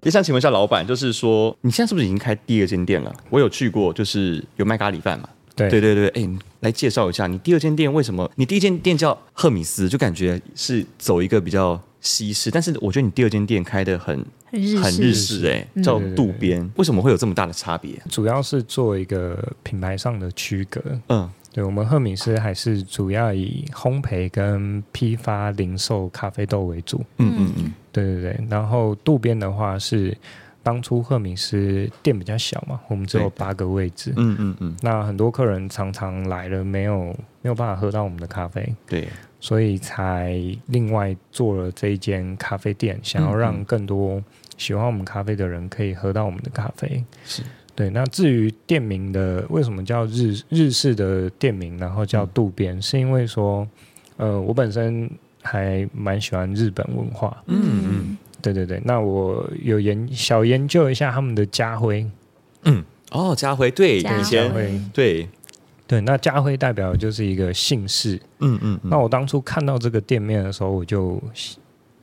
也想请问一下老板，就是说你现在是不是已经开第二间店了？我有去过，就是有卖咖喱饭嘛？
对
对对对，哎、你来介绍一下你第二间店为什么？你第一间店叫赫米斯，就感觉是走一个比较西式，但是我觉得你第二间店开的很
很日
很
式，
日式、哎，叫渡边，为什么会有这么大的差别？
主要是做一个品牌上的区隔。
嗯，
对我们赫敏斯还是主要以烘焙跟批发零售咖啡豆为主。
嗯嗯嗯，
对对对，然后渡边的话是当初赫敏斯店比较小嘛，我们只有
对
八个位置。
嗯嗯嗯，
那很多客人常常来了，没有没有办法喝到我们的咖啡，
对，
所以才另外做了这一间咖啡店，想要让更多喜欢我们咖啡的人可以喝到我们的咖啡。
是
对，那至于店名的为什么叫日日式的店名，然后叫渡边，是因为说，呃，我本身还蛮喜欢日本文化，
嗯
嗯
对对对，那我有研小研究一下他们的家徽，
哦，家辉对
家
以
家
前
辉
徽，
对，
对，那家徽代表就是一个姓氏。
嗯嗯嗯，
那我当初看到这个店面的时候，我就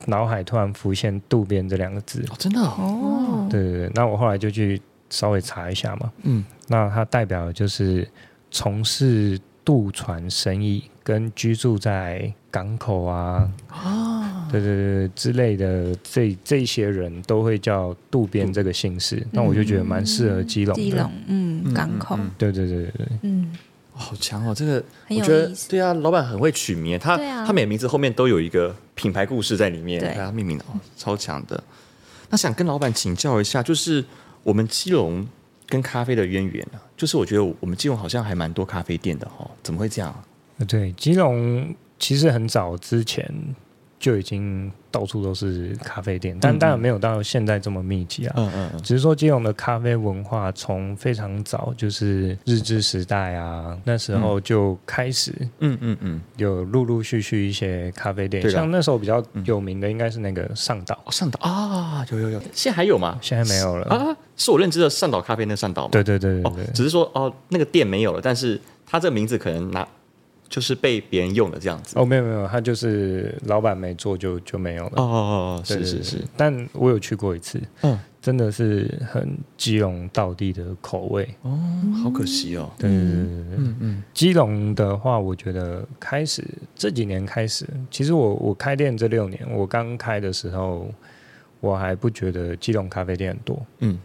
脑海突然浮现“渡边”这两个字，
哦，真的、哦，
哦，
对对对，那我后来就去稍微查一下嘛，
嗯，
那它代表的就是从事渡船生意跟居住在港口啊，哦，对对对之类的这这些人都会叫渡边这个姓氏，那我就觉得蛮适合基隆的，
基隆，嗯，
嗯
港口，
嗯
对对对对对，
嗯，
哦好强哦，这个我
很有
觉得
意思
对啊，老板很会取名，他、
对啊
他每个名字后面都有一个品牌故事在里面，
对
他命名的、哦、超强的。那想跟老板请教一下，就是我们基隆跟咖啡的渊源啊，就是我觉得我们基隆好像还蛮多咖啡店的哦，怎么会这样啊、
呃对，基隆其实很早之前。就已经到处都是咖啡店，但
嗯
当然没有到现在这么密集啊。
嗯嗯嗯，
只是说基隆的咖啡文化从非常早就是日治时代啊，那时候就开始
嗯嗯嗯，
有陆陆续续一些咖啡店，
对的嗯
像那时候比较有名的应该是那个上岛，
哦，上岛啊，有有有，现在还有吗？
现在没有了。
啊，是我认知的上岛咖啡那个上岛吗？
对对对对
哦
对，，
只是说哦，那个店没有了，但是他这个名字可能拿就是被别人用了这样子。
哦没有没有，他就是老板没做就就没有了。
哦哦哦，
对
是是，
对
是
对，但我有去过一次，
嗯，
真的是很基隆道地的口味。
嗯
好可惜哦。
对对对对对，
嗯嗯
基隆的话，我觉得开始这几年开始，其实我我开店这六年，我刚开的时候，我还不觉得基隆咖啡店很多。
嗯，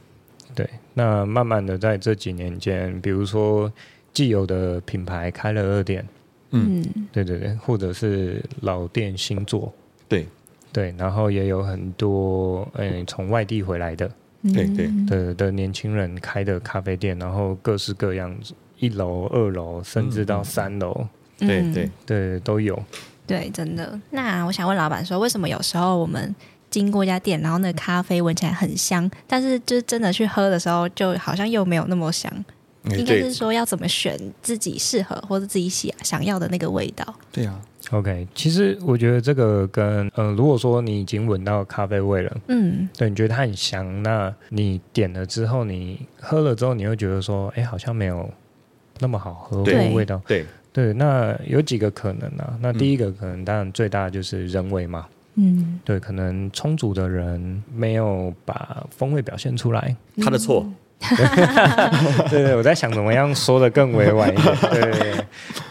对，那慢慢的在这几年间，比如说既有的品牌开了二店，
嗯，
对对对，或者是老店新做，
对
对，然后也有很多嗯从外地回来的
嗯
对对
的的年轻人开的咖啡店，然后各式各样，一楼、二楼，甚至到三楼。
嗯
对对，，
对，都有。
对，真的。那我想问老板说，为什么有时候我们经过一家店，然后那个咖啡闻起来很香，但是就是真的去喝的时候，就好像又没有那么香？
哎
应该
对
是说要怎么选自己适合或者自己喜想要的那个味道？
对啊，
OK，其实我觉得这个跟呃，如果说你已经闻到咖啡味了，
嗯，
对，你觉得它很香，那你点了之后，你喝了之后，你会觉得说，哎，好像没有那么好喝，
对
或者味道。
对，
对，那有几个可能啊？那第一个可能，当然最大就是人为嘛。
嗯，
对，可能冲煮的人没有把风味表现出来。
他的错，
[laughs] 对对，我在想怎么样说的更委婉一点。对对对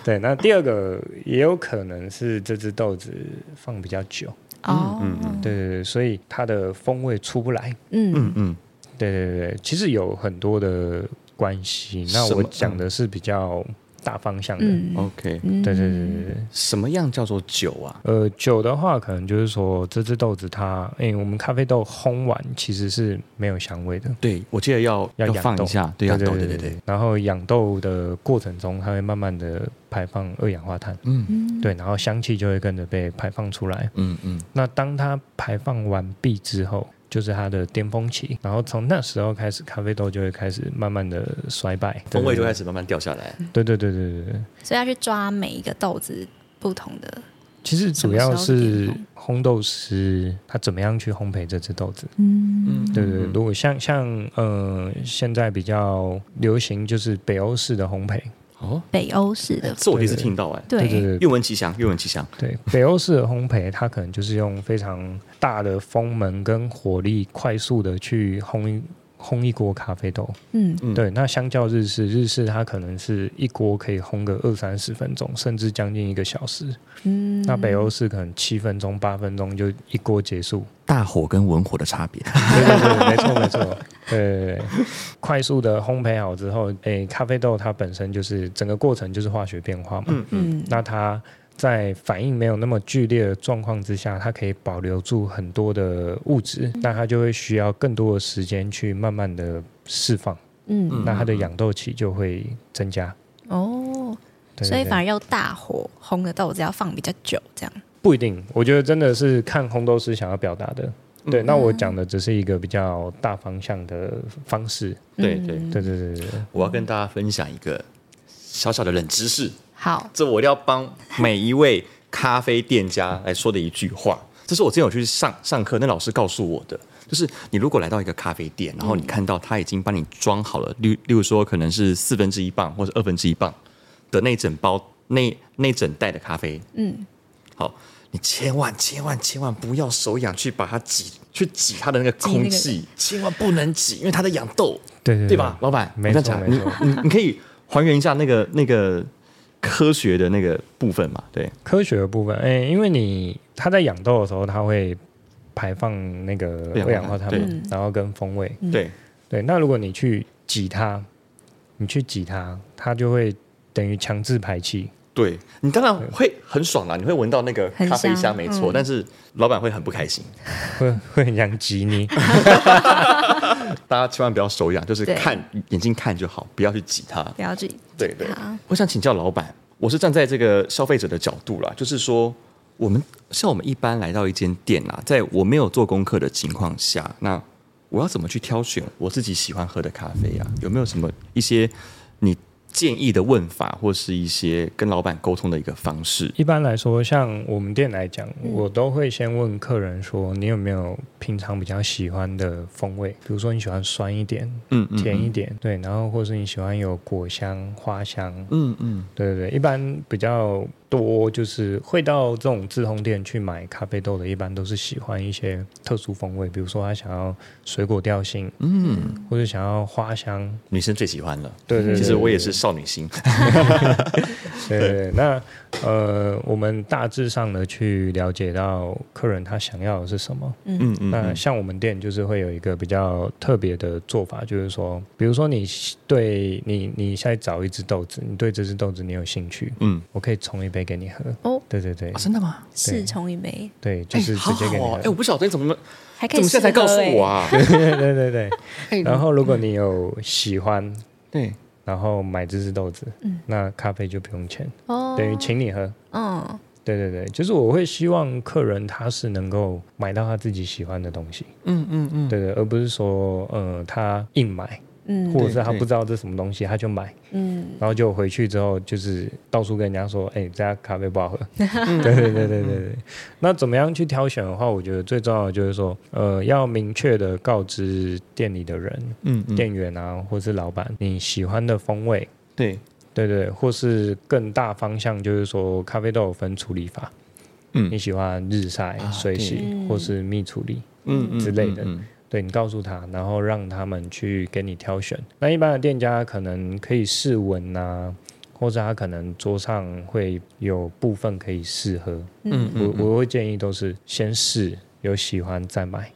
对，那第二个也有可能是这只豆子放比较久，
哦，
嗯嗯
对对对，所以它的风味出不来。
嗯
嗯
嗯，
对对对，对其实有很多的关系。那
什
我
么
讲的是比较大方向的。
嗯，
OK，
嗯
对对对对对。
什么样叫做酒啊？
呃，酒的话，可能就是说这只豆子它，哎、我们咖啡豆烘完其实是没有香味的，
对，我记得要
要养
放
豆
一下，对，要抖，对对对，。
然后养豆的过程中，它会慢慢的排放二氧化碳，
嗯
嗯
对，然后香气就会跟着被排放出来。
嗯嗯，
那当它排放完毕之后，就是它的巅峰期，然后从那时候开始，咖啡豆就会开始慢慢的衰败，
风味就开
始。
始慢慢掉下来。
对对对对对对。
所以要去抓每一个豆子不同的，
其实主要
什么时候是
是
巅
烘豆师他怎么样去烘焙这只豆子。
嗯
嗯，
对对，如果像像呃，现在比较流行就是北欧式的烘焙，
哦，
北欧式的，
这我第一次听到哎，
对
对对对
愿闻其详，愿闻其详。
对，北欧式的烘焙，它可能就是用非常大的风门跟火力，快速的去烘一烘一锅咖啡豆。
嗯
嗯，
对，那相较日式，日式它可能是一锅可以烘个二三十分钟，甚至将近一个小时。
嗯，
那北欧式可能七分钟、八分钟就一锅结束。 [laughs]
大火跟文火的差别。
对对对，没错没错，对对对，快速的烘焙好之后，诶、咖啡豆它本身就是整个过程就是化学变化嘛，
嗯嗯，
嗯，
那它在反应没有那么剧烈的状况之下，它可以保留住很多的物质，
嗯
那它就会需要更多的时间去慢慢的释放，
嗯
那它的养豆期就会增加。
哦，
对
所以
对对
反而要大火烘的豆子要放比较久，这样，
不一定，我觉得真的是看烘豆师想要表达的。对，
嗯
那我讲的只是一个比较大方向的方式。
对
嗯
对，
对对对对对。
我要跟大家分享一个小小的冷知识，
好，
这我一定要帮每一位咖啡店家来说的一句话。这是我之前有去上上课，那老师告诉我的，就是你如果来到一个咖啡店，然后你看到他已经帮你装好了，例例如说可能是四分之一磅或者二分之一磅的那一整包那那一整袋的咖啡，
嗯，
好，你千万千万千万不要手痒去把它挤，去挤它的那个空
挤
气，千万不能挤，因为它在养豆，
对对
对吧？老板，
没
我这样
错
讲
没错。
你你你可以还原一下那个那个科学的那个部分嘛？对，
科学的部分，哎、因为你它在养豆的时候，它会排放那个
二氧
二氧
化
化
碳
碳
对
嘛，然后跟风味。
嗯
对，
对，那如果你去挤它，你去挤它，它就会等于强制排气。
对你当然会很爽啊啦，你会闻到那个
很
咖啡香，
香
没错，
嗯
但是老板会很不开心。
会 [laughs] 会很想挤你，
大家千万不要手痒，就是
对
看眼睛看就好，不要去挤它。
不要去，
对对
好，
我想请教老板，我是站在这个消费者的角度啦，就是说，我们像我们一般来到一间店啦，在我没有做功课的情况下，那我要怎么去挑选我自己喜欢喝的咖啡啊？有没有什么一些你建议的问法，或是一些跟老板沟通的一个方式？
一般来说，像我们店来讲，我都会先问客人说，你有没有平常比较喜欢的风味？比如说你喜欢酸一点、
嗯嗯
甜一点，对，然后或是你喜欢有果香、花香，
嗯嗯，
对对对，一般比较多就是会到这种自烘店去买咖啡豆的，一般都是喜欢一些特殊风味，比如说他想要水果调性，嗯，或者想要花香。
女生最喜欢了。
对对对
其实我也是少女心。
对对对，那呃，我们大致上的去了解到客人他想要的是什么。
嗯嗯
那
嗯
像我们店就是会有一个比较特别的做法，就是说，比如说你对你你现在找一只豆子，你对这只豆子你有兴趣，
嗯，
我可以冲一杯给你喝。
哦，
对对对
啊，，真的吗？
试冲一杯，
对，就是直接给你
哎好好
喝。
哦哎，我不晓得你怎么
还可以
怎么现在才
试
告
喝
诉我
欸？
啊？
[laughs] 对对对对
哎
对。然后如果你有喜欢，
对，
然后买这只豆子，
嗯
那咖啡就不用钱，
哦，
等于请你喝。
嗯，
对对对，就是我会希望客人他是能够买到他自己喜欢的东西，
嗯嗯嗯，
对对，而不是说呃他硬买，
嗯
或者是他
对对
不知道这什么东西他就买，
嗯，
然后就回去之后就是到处跟人家说，哎、这家咖啡不好喝。对对对对对对。那怎么样去挑选的话，我觉得最重要的就是说，呃，要明确的告知店里的人，
嗯嗯，
店员啊，或是老板你喜欢的风味，
对，嗯
对对，对或是更大方向就是说，咖啡豆有分处理法，
嗯
你喜欢日晒
啊、
水洗
对
或是蜜处理。
嗯嗯
之类的
嗯嗯
对你告诉他，然后让他们去给你挑选。那一般的店家可能可以试闻呐，或者他可能桌上会有部分可以试喝。
嗯嗯
我我会建议都是先试，有喜欢再买。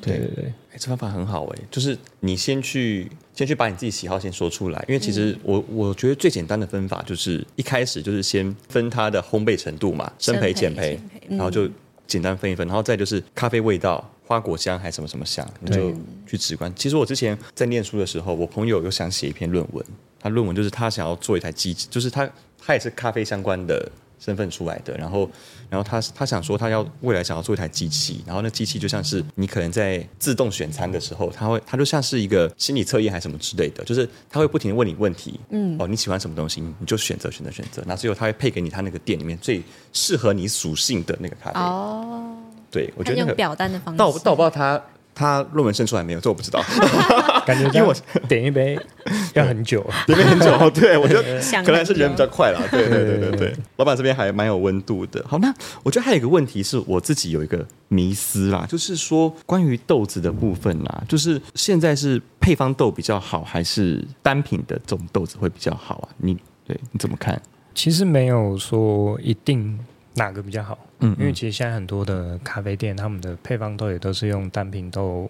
对对对，
哎、这方法很好哎、就是你先去先去把你自己喜好先说出来，因为其实我、我觉得最简单的分法就是一开始就是先分它的烘焙程度嘛，生
培
焙、浅焙
浅焙，嗯
然后就简单分一分，然后再就是咖啡味道。花果香还是什么什么香，你就去直观。其实我之前在念书的时候，我朋友有想写一篇论文，他论文就是他想要做一台机器，就是他他也是咖啡相关的身份出来的，然后然后他他想说他要未来想要做一台机器，然后那机器就像是你可能在自动选餐的时候，它会它就像是一个心理测验还是什么之类的，就是它会不停的问你问题，嗯，哦你喜欢什么东西，你就选择选择选择，然后最后它会配给你它那个店里面最适合你属性的那个咖啡，
哦，
对我
他
觉得
用
那个，
表单的方式，
但我但我不知道他他论文生出来没有，这我不知道。
感
[laughs]
觉因为我点一杯要很久，啊
里面很 [laughs] 久，对我觉得
想
可能还是人比较快啦。对对对
对
对对，老板这边还蛮有温度的。好，那我觉得还有一个问题是我自己有一个迷思啦，就是说关于豆子的部分啦，就是现在是配方豆比较好，还是单品的这种豆子会比较好啊？你对你怎么看？
其实没有说一定哪个比较好，
嗯
因为其实现在很多的咖啡店，他们的配方豆也都是用单品豆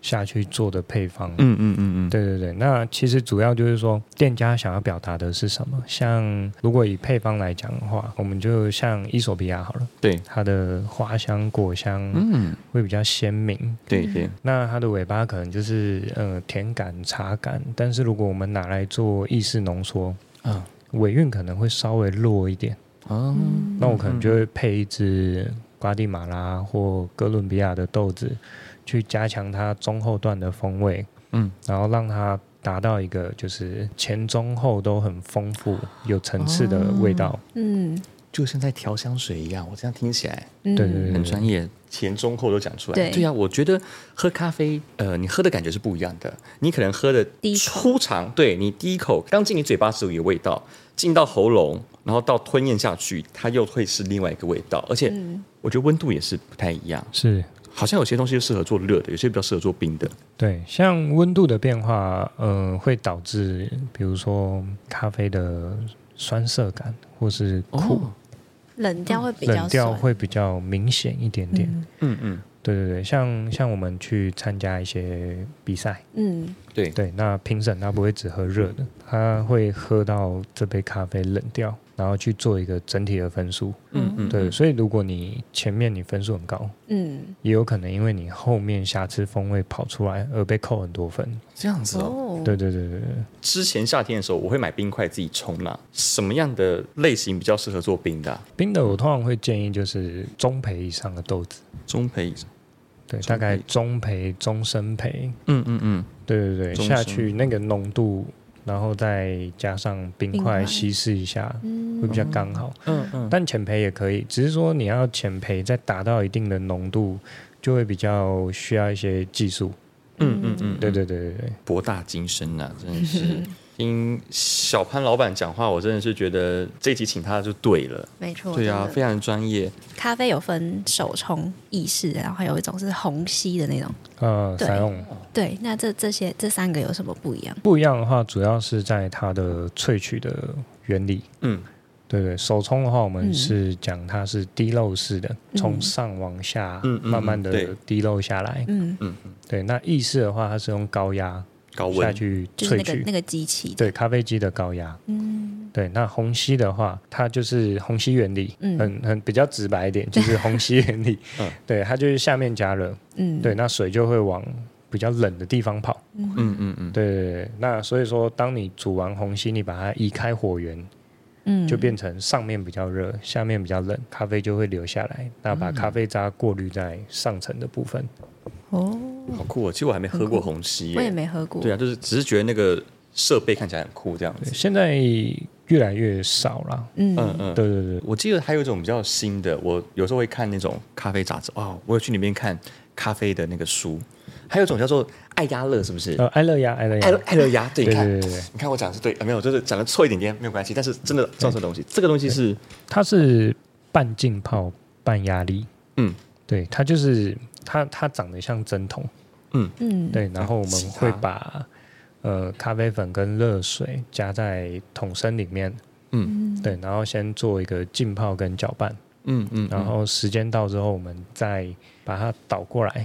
下去做的配方。
嗯嗯嗯嗯，
对对对，那其实主要就是说，店家想要表达的是什么？像如果以配方来讲的话，我们就像伊索比亚好了，
对，
它的花香、果香
嗯，
会比较鲜明，
对对，
那它的尾巴可能就是呃甜感、茶感，但是如果我们拿来做意式浓缩，
啊
尾韵可能会稍微弱一点。
啊，
那我可能就会配一支瓜地马拉或哥伦比亚的豆子，去加强它中后段的风味，
嗯，
然后让它达到一个就是前中后都很丰富、有层次的味道。
嗯
就像在调香水一样，我这样听起来
嗯，
对对对
很专业，前中后都讲出来。
对
对啊，我觉得喝咖啡，呃，你喝的感觉是不一样的。你可能喝的
第一口
初尝，对你第一口刚进你嘴巴时候有味道，进到喉咙，然后到吞咽下去，它又会是另外一个味道。而
嗯
且我觉得温度也是不太一样，
是。
好像有些东西就适合做热的，有些比较适合做冰的。
对，像温度的变化，呃，会导致比如说咖啡的酸涩感，或是苦、
哦
冷掉会比较
冷调
酸，
会比较明显一点点。
嗯嗯，
对对对，像像我们去参加一些比赛，
嗯，
对，
对，那评审他不会只喝热的，他会喝到这杯咖啡冷掉，然后去做一个整体的分数。
嗯嗯，
对，所以如果你前面你分数很高，
嗯，
也有可能因为你后面瑕疵风味跑出来而被扣很多分。
这样子哦。
哦，
对对对对对，
之前夏天的时候，我会买冰块自己冲啦。什么样的类型比较适合做冰的啊、
冰的我通常会建议就是中培以上的豆子，
中培以上。
对，
中
大概
培
中培、中深培，
嗯嗯嗯，
对对对，
中
下
深
去那个浓度，然后再加上冰
冰
块
块
稀释一下，会
嗯
比较刚好。
嗯嗯，
但浅培也可以，只是说你要浅培，再达到一定的浓度，就会比较需要一些技术。
嗯嗯嗯，
对对对对对，
博大精深呐、真的是。听小潘老板讲话，我真的是觉得这一集请他就对了。
没错，
对啊，
哦真的
非常专业。
咖啡有分手冲、意式，然后还有一种是虹吸的那种。
呃，
对
散用
对，那这这些这三个有什么不一样？
不一样的话，主要是在它的萃取的原理。
嗯
对对，手冲的话，我们
嗯
是讲它是滴漏式的，从上往下
嗯嗯嗯
慢慢的
对
滴漏下来。
嗯，
嗯嗯，
对，那意式的话，它是用高压
高
下
温
去
就是
萃
那个
取
那。个机器。
对，咖啡机的高压。
嗯，
对，那虹吸的话，它就是虹吸原理，
嗯
很很比较直白一点，就是虹吸原
[laughs]
理。
嗯
对，它就是下面加热，
嗯，
对，那水就会往比较冷的地方跑。
嗯嗯嗯，
对对对，那所以说，当你煮完虹吸，你把它移开火源，
嗯，
就变成上面比较热，下面比较冷，咖啡就会流下来。那把
嗯
咖啡渣过滤在上层的部分。
哦，
好酷、哦！其实我还没喝过红吸
我也
耶。
没喝过。
对啊，就是只是觉得那个设备看起来很酷这样
对
子。
现在越来越少了。
嗯
嗯，
嗯，
对对对，
我记得还有一种比较新的，我有时候会看那种咖啡杂志哦，我有去里面看咖啡的那个书，还有一种叫做爱压乐，是不是？
呃，艾乐压，艾乐
爱
压
乐，爱乐压，对，你
对
看，
对对对。
你看我讲的是对，啊没有，就是讲的错一点点没有关系，但是真的造成东西，这个东西是
它是半浸泡半压力，
嗯，
对，它就是它它长得像针筒，
嗯，
对，然后我们
其他
会把呃咖啡粉跟热水加在桶身里面，
嗯，
对，然后先做一个浸泡跟搅拌，
嗯嗯，
然后时间到之后，我们再把它倒过来，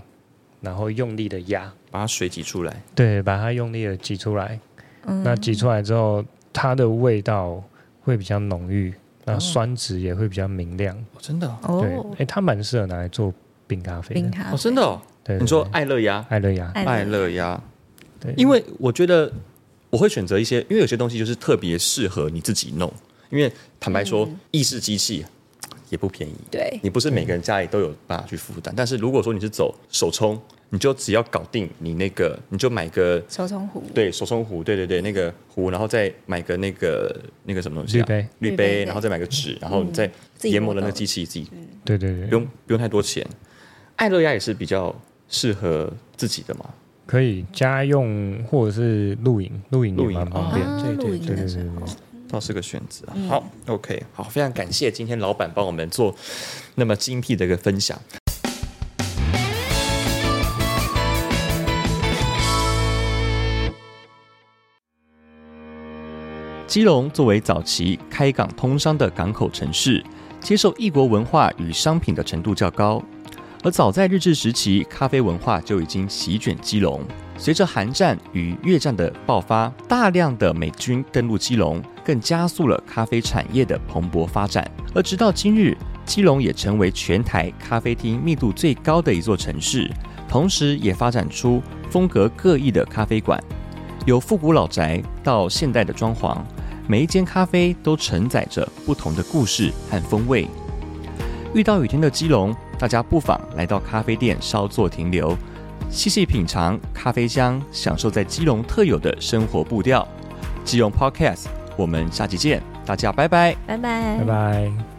然后用力的压，
把它水挤出来，
对，把它用力的挤出来。
嗯
那挤出来之后，它的味道会比较浓郁，那酸值也会比较明亮。
哦、真的哦，
对
哦，，
哎，它蛮适合拿来做冰咖啡
冰
的。
咖哎
哦真的哦，
对，
你说
对
爱乐鸭，
爱乐雅，
爱
爱乐鸭，
对，
因为我觉得我会选择一些，因为有些东西就是特别适合你自己弄，因为坦白说，意式机器也不便宜，
嗯对
你不是每个人家里都有办法去负担。但是如果说你是走手冲，你就只要搞定你那个，你就买个
手冲壶，
对手冲壶，对对对，那个壶，然后再买个那个那个什么东西、啊，
滤杯，
滤
滤杯
杯，
嗯
然后再买个纸，然后你再
自己
研磨的那
磨嗯豆
个机器，自己
对对
不
对，
用不用太多钱。爱乐压也是比较适合自己的嘛，
可以家用或者是露营，露营也
露营
蛮方
啊
便的。
啊，
对对
露营
对
的
对
时
对
候，
倒是个选择。好，OK，好，非常感谢今天老板帮我们做那么精辟的一个分享。基隆作为早期开港通商的港口城市，接受异国文化与商品的程度较高。而早在日治时期，咖啡文化就已经席卷基隆。随着韩战与越战的爆发，大量的美军登陆基隆，更加速了咖啡产业的蓬勃发展。而直到今日，基隆也成为全台咖啡厅密度最高的一座城市，同时也发展出风格各异的咖啡馆，有复古老宅到现代的装潢，每一间咖啡都承载着不同的故事和风味。遇到雨天的基隆，大家不妨来到咖啡店稍作停留，细细品尝咖啡香，享受在基隆特有的生活步调。基隆 Podcast，我们下期见，大家拜拜。
拜拜
拜拜。